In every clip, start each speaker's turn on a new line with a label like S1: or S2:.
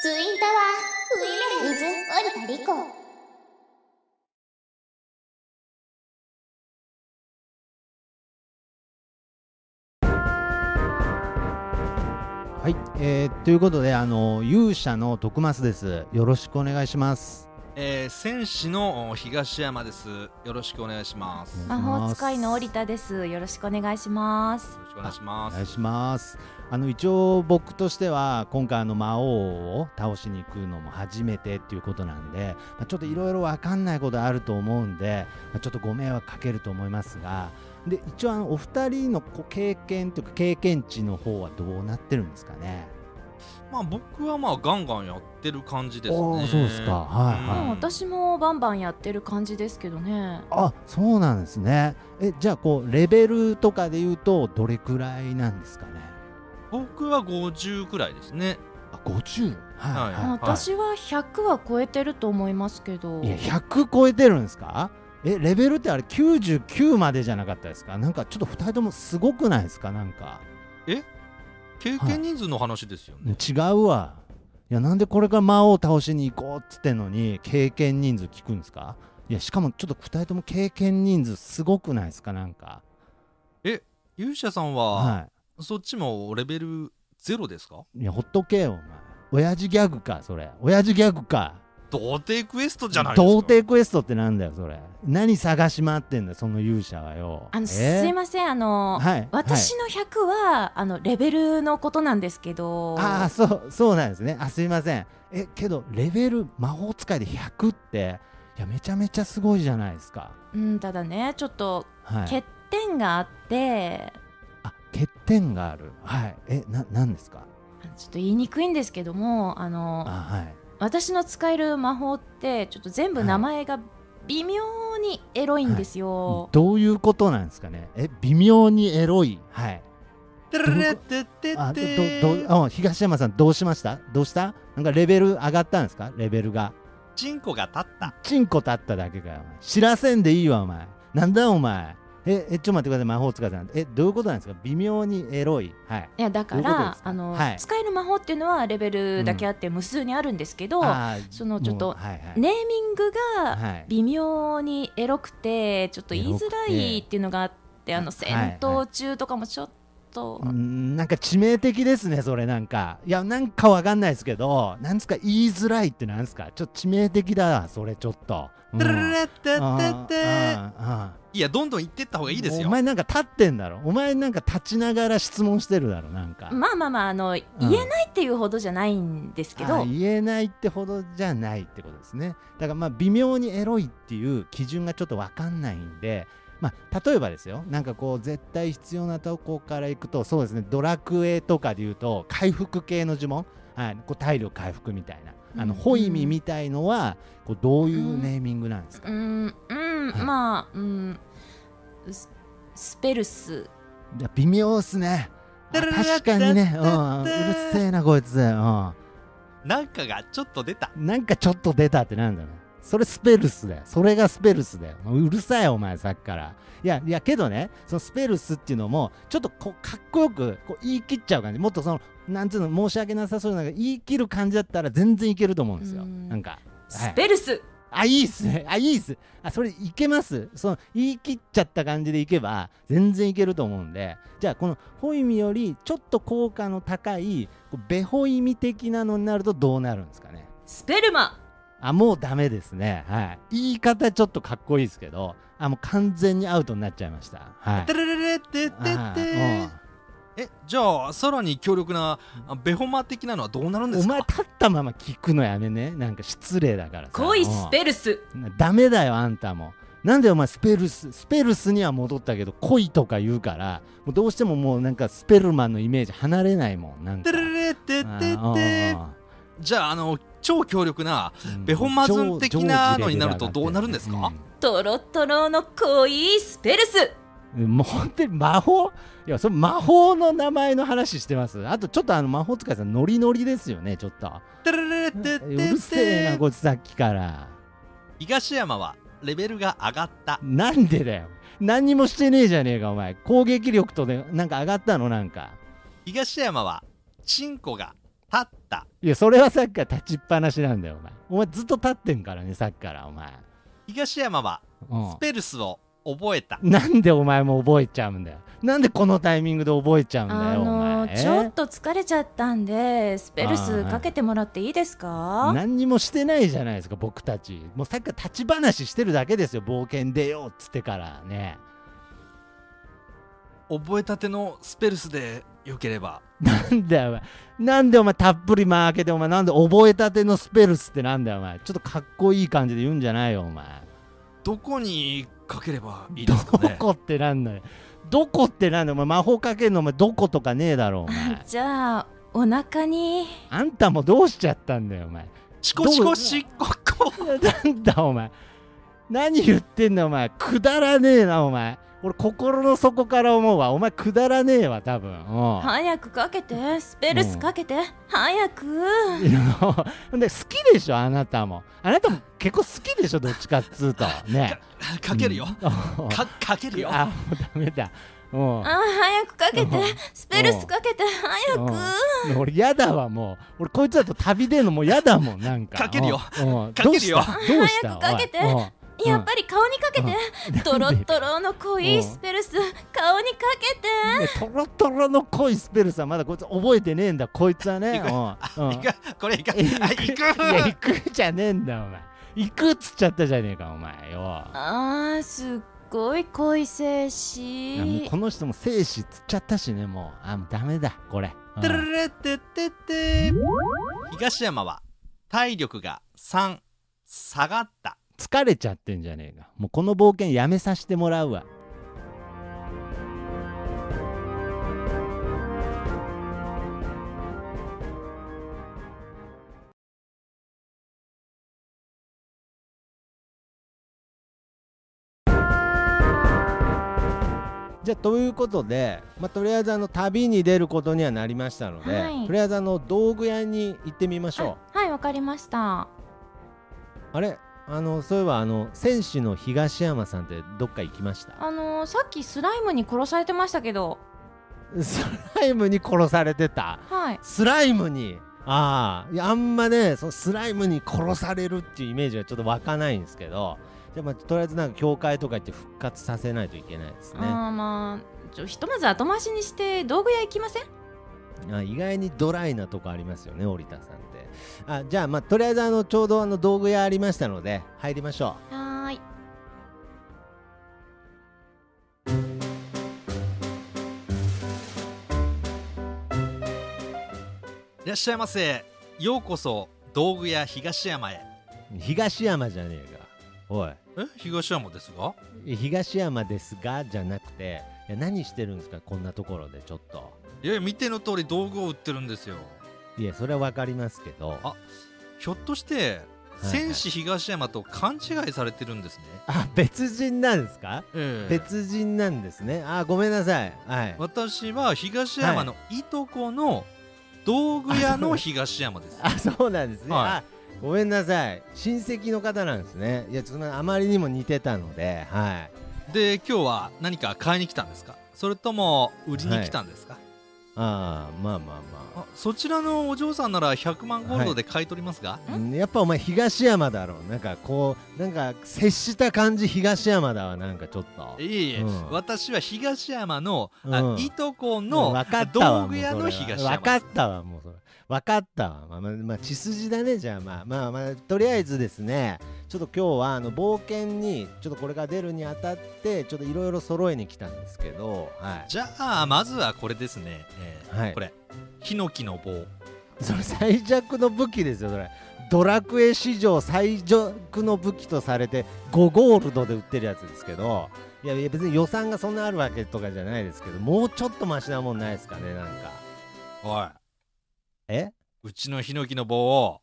S1: ツインタワーウィメン水織田理子
S2: はい、えーということであの勇者の徳増ですよろしくお願いします
S3: えー、戦士の東山です。よろしくお願いします。よ
S2: お願
S4: 魔
S2: いします
S4: 法使いの織田です。よろしくお願いします。
S3: ろしくお願いし
S2: お
S3: ま
S2: 願い
S3: す。
S2: しますあの一応僕としては今回あの魔王を倒しに行くのも初めてっていうことなんで、まあ、ちょっといろいろわかんないことあると思うんで、まあ、ちょっとご迷惑かけると思いますがで一応あのお二人のこう経験というか経験値の方はどうなってるんですかね
S3: まあ僕はまあガンガンやってる感じです
S2: おー
S3: ね。
S2: そうですかはいはい
S4: もう私もバンバンやってる感じですけどね。
S2: あそうなんですねえじゃあこうレベルとかで言うとどれくらいなんですかね
S3: 僕は50くらいですね。
S2: あ50はい、
S3: はい
S2: は
S4: 私は100は超えてると思いますけど。
S2: い、いや100超えてるんですかえレベルってあれ99までじゃなかったですかなんかちょっと2人ともすごくないですかなんか
S3: 経験人数の話ですよね。
S2: 違うわいやなんでこれから魔王を倒しに行こうっつってんのに経験人数聞くんですかいやしかもちょっと2人とも経験人数すごくないですかなんか
S3: 勇者さんは、
S2: は
S3: そっちもレベルゼロですか
S2: いいやほっとけよお前親父ギャグかそれ親父ギャグか
S3: 童貞クエストじゃないですか。
S2: 童貞クエストってなんだよそれ何探し回ってんだよその勇者はよ
S4: あ
S2: え
S4: の、
S2: ー
S4: すいませんあの、
S2: はい
S4: 私
S2: はい
S4: の100はあのレベルのことなんですけど。
S2: ああそうそうなんですねあすいませんえけどレベル魔法使いで100っていやめちゃめちゃすごいじゃないですか
S4: うんただねちょっと
S2: はい
S4: 欠点があって。
S2: あ欠点があるはいえななんですか
S4: あのちょっと言いにくいんですけどもあの
S2: あはい
S4: 私の使える魔法ってちょっと全部名前が微妙にエロいんですよ、
S2: どういうことなんですかねえ微妙にエロいはい
S3: てれれてってっ
S2: あど
S3: て
S2: どどあ東山さんどうしましたどうしたなんかレベル上がったんですかレベルが
S3: チンコが立った。
S2: チンコ立っただけかよお前知らせんでいいわお前なんだお前え えちょっと待ってください魔法使いさんえどういうことなんですか微妙にエロいはい
S4: いやだか
S2: どういうことで
S4: ら
S2: すか
S4: あの、
S2: はい
S4: 使える魔法っていうのはレベルだけあって無数にあるんですけど、
S2: あー
S4: そのちょっと
S2: もうはいはい
S4: ネーミングが
S2: はい
S4: 微妙にエロくてちょっと言いづらいっていうのがあってあの
S2: はいはい
S4: 戦闘中とかもちょっと、
S2: うんなんか致命的ですねそれなんかいやなんかわかんないですけどなんですか言いづらいってなんですかちょっと致命的だわそれちょっと、うん
S3: てれれてって
S2: あー
S3: っ
S2: あ
S3: て。
S2: ーあー
S3: いや、どんどん行ってった方がいいですよ。
S2: お前なんか立ってんだろお前なんか立ちながら質問してるだろなんか
S4: まあまあまああの言えないっていうほどじゃないんですけど、
S2: あ言えないってほどじゃないってことですねだからまあ微妙にエロいっていう基準がちょっと分かんないんでまあ例えばですよなんかこう絶対必要なとこから行くとそうですねドラクエとかで言うと回復系の呪文、はい、こう体力回復みたいなあの
S4: うん
S2: ホイミみたいのはこうどういうネーミングなんですか、
S4: うんうん、
S2: はい
S4: まあうんススペルス
S2: じゃあ微妙っすねあ
S3: てれれれ
S2: 確かにね、
S3: て
S2: う
S3: っ
S2: ん、うる
S3: て
S2: せえなこいつ、うん、
S3: なんかがちょっと出た。
S2: なんかちょっと出たってなんだろうそれスペルスだよ。それがスペルスだよ。もううるさいお前さっきから。いや、いやけどね、そのスペルスっていうのも、ちょっとこうかっこよくこう言い切っちゃう感じ。もっとその、なんつうの、申し訳なさそうな、言い切る感じだったら全然いけると思うんですよ。
S4: うん
S2: なんか。は
S4: ス
S2: い
S4: ペルス、
S2: あ、いいっすね。あ、いいっす。あ、それいけます。その、言い切っちゃった感じでいけば、全然いけると思うんで、じゃあ、この、ホイミより、ちょっと効果の高い、こうベホイミ的なのになるとどうなるんですかね。
S4: スペルマ
S2: あ、もうダメですね。はい。言い方ちょっとかっこいいですけど、あ、もう完全にアウトになっちゃいました。はい。
S3: てれれれてってって
S2: はい
S3: えじゃあさらに強力なあベホマ的なのはどうなるん
S2: うん
S3: で
S2: お
S3: す
S2: 前
S3: か
S2: 立ったまま聞くのやめね。なんか失礼だからさ。
S4: 恋スペルス
S2: うんダメだよ、あんたも。なんでお前スペルス、スペルスには戻ったけど、恋とか言うから、もうどうしてももうなんかスペルマンのイメージ離れないもん。なんか。
S3: てれれれてって
S2: あ
S3: ってじゃああの超強力なベホマズン的なのになるとどうなるんですか、
S2: うん
S4: トロトロの恋スペルス
S2: もう本当に魔法いやそれ魔法の名前の話してますあとちょっとあの魔法使いさんノリノリですよねちょっと
S3: てれれれ
S2: う
S3: てってっ
S2: るせえな
S3: て
S2: こいつさっきから
S3: 東山はレベルが上がった
S2: なんでだよ何にもしてねえじゃねえかお前攻撃力とでなんか上がったのなんか
S3: 東山はチンコが立立った
S2: いやそれはさっきから立ちっぱなしなんだよお前お前ずっと立ってんからねさっきからお前、
S3: 東山は
S2: うん
S3: スペルスを覚えた
S2: なんでお前も覚えちゃうんだよなんでこのタイミングで覚えちゃうんだ
S4: あ
S2: よ、お
S4: の
S2: 前
S4: ちょっと疲れちゃったんでスペルスかけてもらっていいですか
S2: 何にもしてないじゃないですか僕たちもうさっきから立ち話してるだけですよ冒険出ようっつってからね
S3: 覚えたてのスペルスでよければ
S2: なんだよお前なんでお前たっぷり間開けてお前なんで覚えたてのスペルスってなんだよお前ちょっとかっこいい感じで言うんじゃないよお前
S3: どこにかければいいですか
S2: ど
S3: ね
S2: こってなんだよどこってなんだよお前魔法かけんのお前どことかねえだろお前
S4: じゃあお腹に
S2: あんたもどうしちゃったんだよお前
S3: チコチコシコ コ
S2: なんだお前何言ってんだお前くだらねえなお前俺心の底から思うわお前くだらねえわ多分うん
S4: 早くかけてスペルスかけて早く
S2: いやほんで好きでしょあなたもあなたも結構好きでしょどっちかっつうとね
S3: かけるよ、
S2: うん
S3: かかけるよ
S2: あもうダメだうん
S4: あ早くかけてスペルスかけて早く
S2: うん俺やだわもう俺こいつだと旅出んのもうやだもんなんか
S3: かけるよ
S2: うんうん
S3: かけるよ
S2: どうしたどうした
S4: 早くかけて
S2: おいうん
S4: やっぱり顔にかけてドロッドロの濃
S2: うん
S4: いスペルス顔にかけて
S2: ねトロトロの濃いスペルさまだこいつ覚えてねえんだこいつはね
S3: 行く
S2: うんうん
S3: いくこれいく
S2: え
S3: あいく
S2: いや行くじゃねえんだお前行くっつっちゃったじゃねえかお前よ
S4: あーすっごい濃い精
S2: いやもう
S4: 子
S2: この人も生死つっちゃったしねもうあもうダメだこれ、うん
S3: てるれてってって東山は体力が3下がった
S2: 疲れちゃってんじゃねえかもうこの冒険やめさせてもらうわじゃあということで、まあ、とりあえずあの旅に出ることにはなりましたので、
S4: はい
S2: とりあえずあの道具屋に行ってみましょう。
S4: はいわかりました
S2: あれあのそういえばあの戦士の東山さんってどっか行きました
S4: あのー、さっきスライムに殺されてましたけど
S2: スライムに殺されてた
S4: はい
S2: スライムにああいやあんまねそのスライムに殺されるっていうイメージがちょっと湧かないんですけどじゃあ、まあ、とりあえずなんか教会とか行って復活させないといけないですねあ
S4: あーまあちょひとまず後回しにして道具屋行きません
S2: 意外にドライなとこありますよね織田さんってあじゃあまあとりあえずあのちょうどあの道具屋ありましたので入りましょ
S4: はーい
S3: いらっしゃいませようこそ道具屋東山へ
S2: う東山じゃねえかおい
S3: え東山ですが
S2: 東山ですがじゃなくていや何してるんですかこんなところでちょっと
S3: いや見ての通り道具を売ってるんですよ
S2: いやそれは分かりますけど
S3: あひょっとして
S2: はい
S3: 戦士東山と勘違いされてるんですね、
S2: あ別人なんですか、
S3: ええ
S2: 別人なんですねあごめんなさいはい
S3: 私は東山のいとこの道具屋の東山です、
S2: あ そうなんですね、
S3: はい
S2: あごめんなさい親戚の方なんですねいやそのあまりにも似てたのではい
S3: で今日は何か買いに来たんですかそれとも売りに来たんですか、
S2: あーまあまあま
S3: あそちらのお嬢さんなら100万ゴールドで買い取りますが、
S2: あうんやっぱお前東山だろうなんかこうなんか接した感じ東山だわなんかちょっと
S3: い、えいえ、
S2: うん
S3: 私は東山の、
S2: う
S3: あ
S2: ん
S3: いとこの
S2: 分かったわ
S3: 道具屋の東山
S2: 分かったわもうそれ分かったわまあまあ、まあ、血筋だねじゃあまあまあまあとりあえずですねちょっと今日はあの冒険にちょっとこれが出るにあたってちょっといろいろ揃えに来たんですけどはい
S3: じゃあまずはこれですね、えー
S2: はい
S3: これヒノキの棒
S2: それ最弱の武器ですよそれドラクエ史上最弱の武器とされて5ゴールドで売ってるやつですけどいやいや別に予算がそんなあるわけとかじゃないですけどもうちょっとマシなもんないですかねなんか
S3: おい
S2: え
S3: うちのヒノキの棒を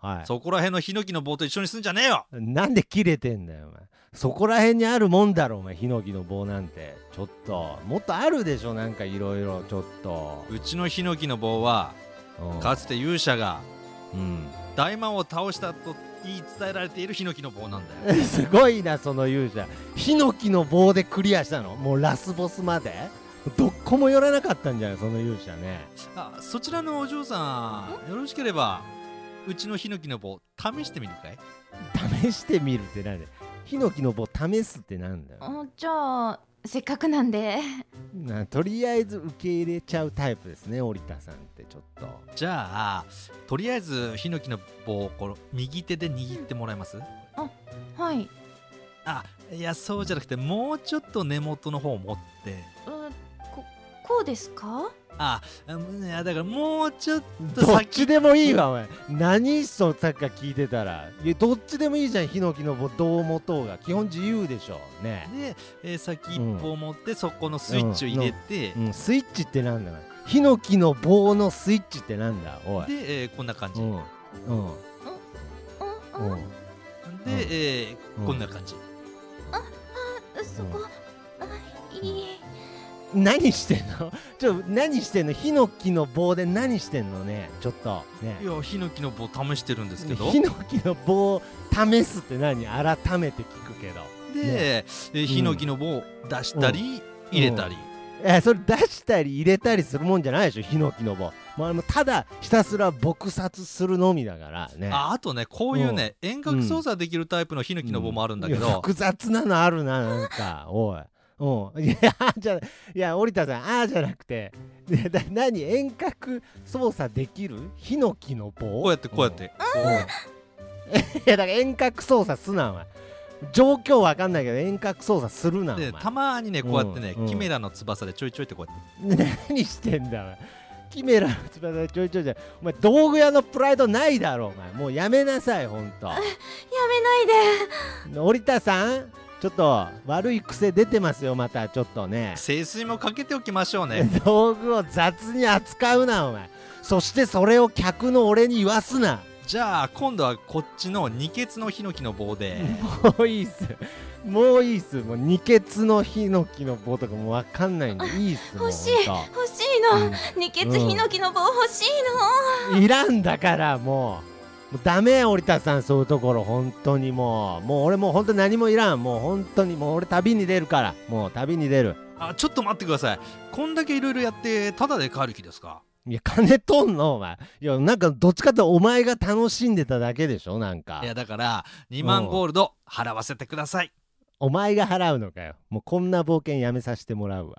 S2: はい
S3: そこら辺のヒノキの棒と一緒にすんじゃねえよ
S2: なんで切れてんだよお前そこら辺にあるもんだろお前ヒノキの棒なんてちょっともっとあるでしょなんかいろいろちょっと
S3: うちのヒノキの棒は
S2: うん
S3: かつて勇者が
S2: うん
S3: 大魔王を倒したと言い伝えられているヒノキの棒なんだよ
S2: すごいなその勇者ヒノキの棒でクリアしたのもうラスボスまでどこもよらなかったんじゃないその勇者ね
S3: あそちらのお嬢さんよろしければうちのヒノキの棒試してみるかい
S2: 試してみるってなんだよヒノキの棒試すってなんだよ
S4: あじゃあせっかくなんで
S2: なとりあえず受け入れちゃうタイプですね織田さんってちょっと
S3: じゃあとりあえずヒノキの棒をこの右手で握ってもらえます、
S4: はい
S3: あいやそうじゃなくてもうちょっと根元の方を持って
S4: うここうですか
S3: あうんいやだからもうちょっと
S2: どっ
S3: 先
S2: ちでもいいわお前何そのさっきから聞いてたらいやどっちでもいいじゃんヒノキの棒どう持とうが基本自由でしょね
S3: で、えー先一歩を持って、そこのスイッチを入れて、
S2: うんスイッチってなんだなヒノキの棒のスイッチってなんだおい
S3: で、えーこんな感じ、
S2: うん
S3: で、
S2: うん
S4: うん
S2: う
S4: うんん
S3: えー
S2: うん
S3: こんな感じ、
S4: そこあいい
S2: 何してんの ちょ何してんのヒノキの棒で何してんのねちょっとね
S3: いやヒノキの棒試してるんですけど
S2: ヒノキの棒を試すって何改めて聞くけど
S3: で、
S2: ね
S3: えーヒノキの棒を出したり、入れたり、
S2: えそれ出したり入れたりするもんじゃないでしょヒノキの棒、まああの、ただひたすら撲殺するのみだからね
S3: ああとねこういうね、遠隔操作できるタイプのヒノキの棒もあるんだけ
S2: いや
S3: ど、
S2: 複雑なのあるななんかおいうん、い やじゃいや織田さんああじゃなくていやだ何遠隔操作できるヒノキの棒
S3: こうやってこうやって、
S2: うん いやだから遠隔操作すなお前状況わかんないけど遠隔操作するなお前
S3: でたまにねこうやってね、
S2: うんうん
S3: キメラの翼でちょいちょいってこうやって
S2: 何してんだお前キメラの翼でちょいちょいじゃお前道具屋のプライドないだろお前もうやめなさいほん と
S4: やめないで
S2: 織田さんちょっと悪い癖出てますよまたちょっとね
S3: 清水もかけておきましょうね
S2: 道具を雑に扱うなお前そしてそれを客の俺に言わすな
S3: じゃあ今度はこっちの二ケツのヒノキの棒で、
S2: もういいっすもういいっすもう二血のヒノキの棒とかもうわかんないんでいいっすもう
S4: 欲しい
S2: ほんと
S4: 欲しいの、二ケ
S2: うん
S4: ツヒノキの棒欲しい
S2: いらんだからもうもうダメ織田さんそういうところ本当にもうもう俺もう本当何もいらんもう本当にもう俺旅に出るからもう旅に出る
S3: あちょっと待ってくださいこんだけいろいろやってタダで帰る気ですか
S2: いや金とんのお前いやなんかどっちかってお前が楽しんでただけでしょなんか
S3: いやだから2万ゴールド払わせてください
S2: お前が払うのかよもうこんな冒険やめさせてもらうわ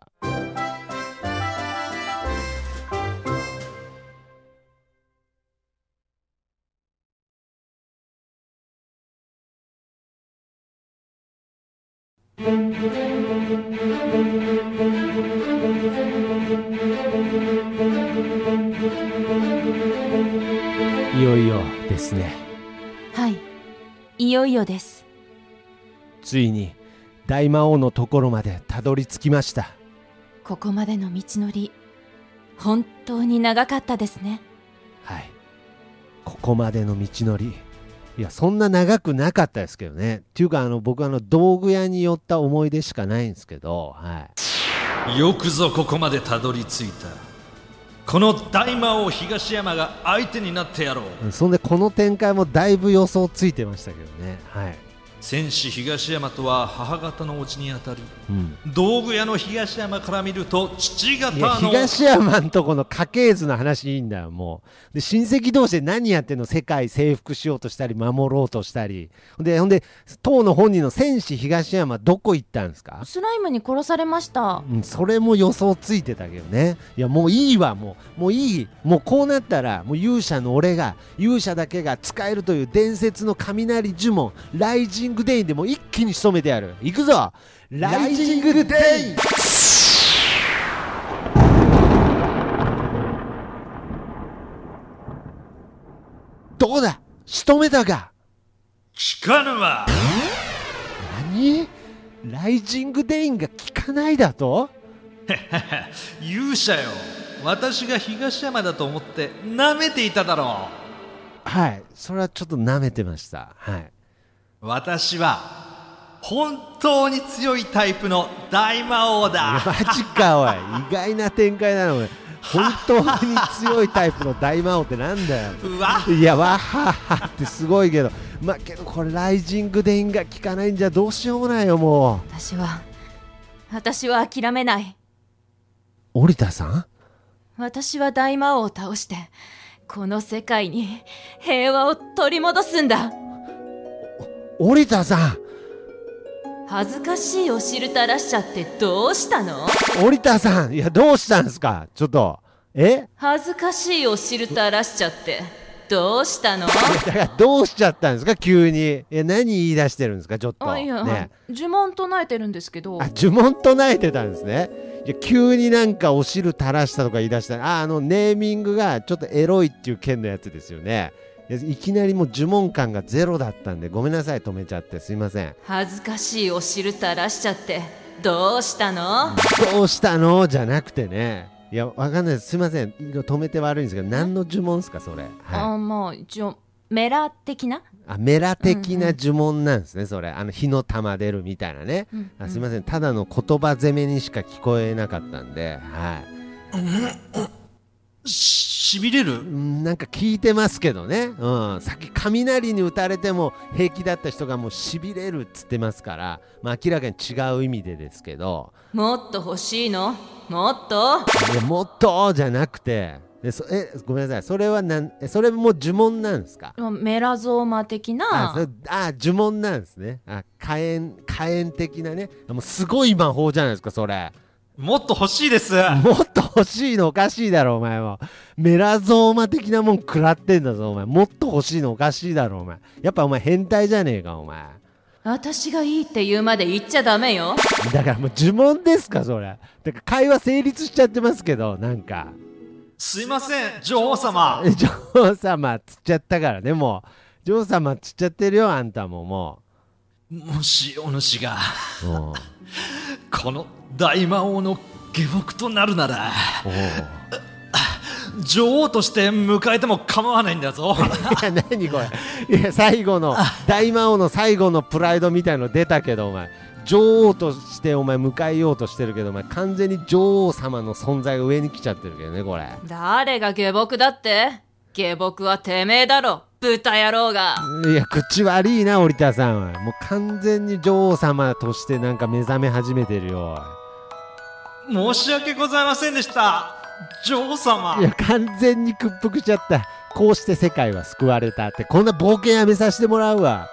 S2: いよいよですね
S4: のはいいよいよです
S2: ついに大魔王のところまでたどり着きました
S4: ここまでの道のり本当に長かったですね
S2: はいここまでの道のりいやそんな長くなかったですけどねっていうかあの僕あの道具屋に寄った思い出しかないんですけどは
S3: よくぞここまでたどり着いたこの大魔王東山が相手になってやろう
S2: いそんでこの展開もだいぶ予想ついてましたけどねはい、
S3: 戦士東山とは母方のお家にあたり
S2: うん、
S3: 道具屋の東山から見ると父方
S2: いや
S3: の
S2: 東山んとこの家系図の話いいんだよもうで親戚同士で何やってんの世界征服しようとしたり守ろうとしたりでほんで当の本人の戦士東山どこ行ったんですか
S4: スライムに殺されました
S2: うん、それも予想ついてたけどねいやもういいわもうもういいもうこうなったらもう勇者の俺が勇者だけが使えるという伝説の雷呪文ライジングデインでもう一気に仕留めてやる行くぞライジングデインどうだ仕留めたか
S3: 聞かぬわ
S2: 何ライジングデインが効かないだと
S3: 勇者よ私が東山だと思って舐めていただろ
S2: はい、それはちょっと舐めてました。はい。
S3: う私は本当に強いタイプの大魔王
S2: マ
S3: だ
S2: ジかお い、意外な展開なのね。本当に強いタイプの大魔王ってなんだよ。
S3: うわ
S2: いや、わっはっはってすごいけど、まあけどこれライジングデインが効かないんじゃどうしようもないよも
S4: 私は私は諦めない
S2: 織田さん
S4: 私は大魔王を倒してこの世界に平和を取り戻すんだ
S2: 織田さ
S4: 恥ずかしいを知るたらしちゃってどうしたの
S2: ん織田さんいやどうしたんですかちょっとえ
S4: 恥ずかしいを知るたらしちゃってどうしたの
S2: だからどうしちゃったんですか急にえ何言い出してるんですかちょっと
S4: あいや、
S2: ね
S4: 呪文唱えてるんですけど
S2: あ呪文唱えてたんですねいや急になんかお汁垂らしたとか言い出したらああのネーミングがちょっとエロいっていう件のやつですよねいやいきなりもう呪文感がゼロだったんでごめんなさい止めちゃってすいません
S4: 恥ずかしいを知るたらしちゃってどうしたの
S2: どうしたのじゃなくてねいやわかんないですすいません色々止めて悪いんですけど何の呪文ですかそれ、はい、
S4: あまあ一応メラ的な
S2: あメラ的な呪文なんですね、それあの火の玉出るみたいなね、
S4: うん
S2: あすいませんただの言葉攻めにしか聞こえなかったんではい
S3: しびれ
S2: う
S3: る
S2: んなんか聞いてますけどね、うん、さっき雷に打たれても平気だった人がもうしびれるっつってますから、まあ、明らかに違う意味でですけど
S4: もっと欲しいのもっと
S2: いやもっとじゃなくてでそえごめんなさいそれはなんえそれも呪文なんですか
S4: メラゾーマ的
S2: あ
S4: な
S2: そあ呪文なんですねあ火炎火炎的なねもうすごい魔法じゃないですかそれ
S3: もっと欲しいです
S2: もっと欲しいのおかしいだろお前もメラゾーマ的なもん食らってんだぞお前もっと欲しいのおかしいだろお前やっぱお前変態じゃねえかお前
S4: 私がいいって言うまで言っちゃダメよ
S2: だからもう呪文ですかそれだから会話成立しちゃってますけどなんか
S3: すいません女王様
S2: え女王様つっちゃったからねもう女王様つっちゃってるよあんたもも
S3: もしお主が
S2: うおう
S3: この大魔王の下僕となるなら
S2: おうい
S3: 女王として迎えても構わないんだぞ
S2: や何これいや最後の大魔王の最後のプライドみたいの出たけどお前女王としてお前迎えようとしてるけどお前完全に女王様の存在が上に来ちゃってるけどねこれ
S4: 誰が下僕だって下僕はてめえだろ豚野郎が
S2: いや口悪いな織田さんはもう完全に女王様としてなんか目覚め始めてるよ
S3: 申し訳ございませんでした女王様
S2: いや完全に屈服しちゃったこうして世界は救われたってこんな冒険やめさせてもらうわ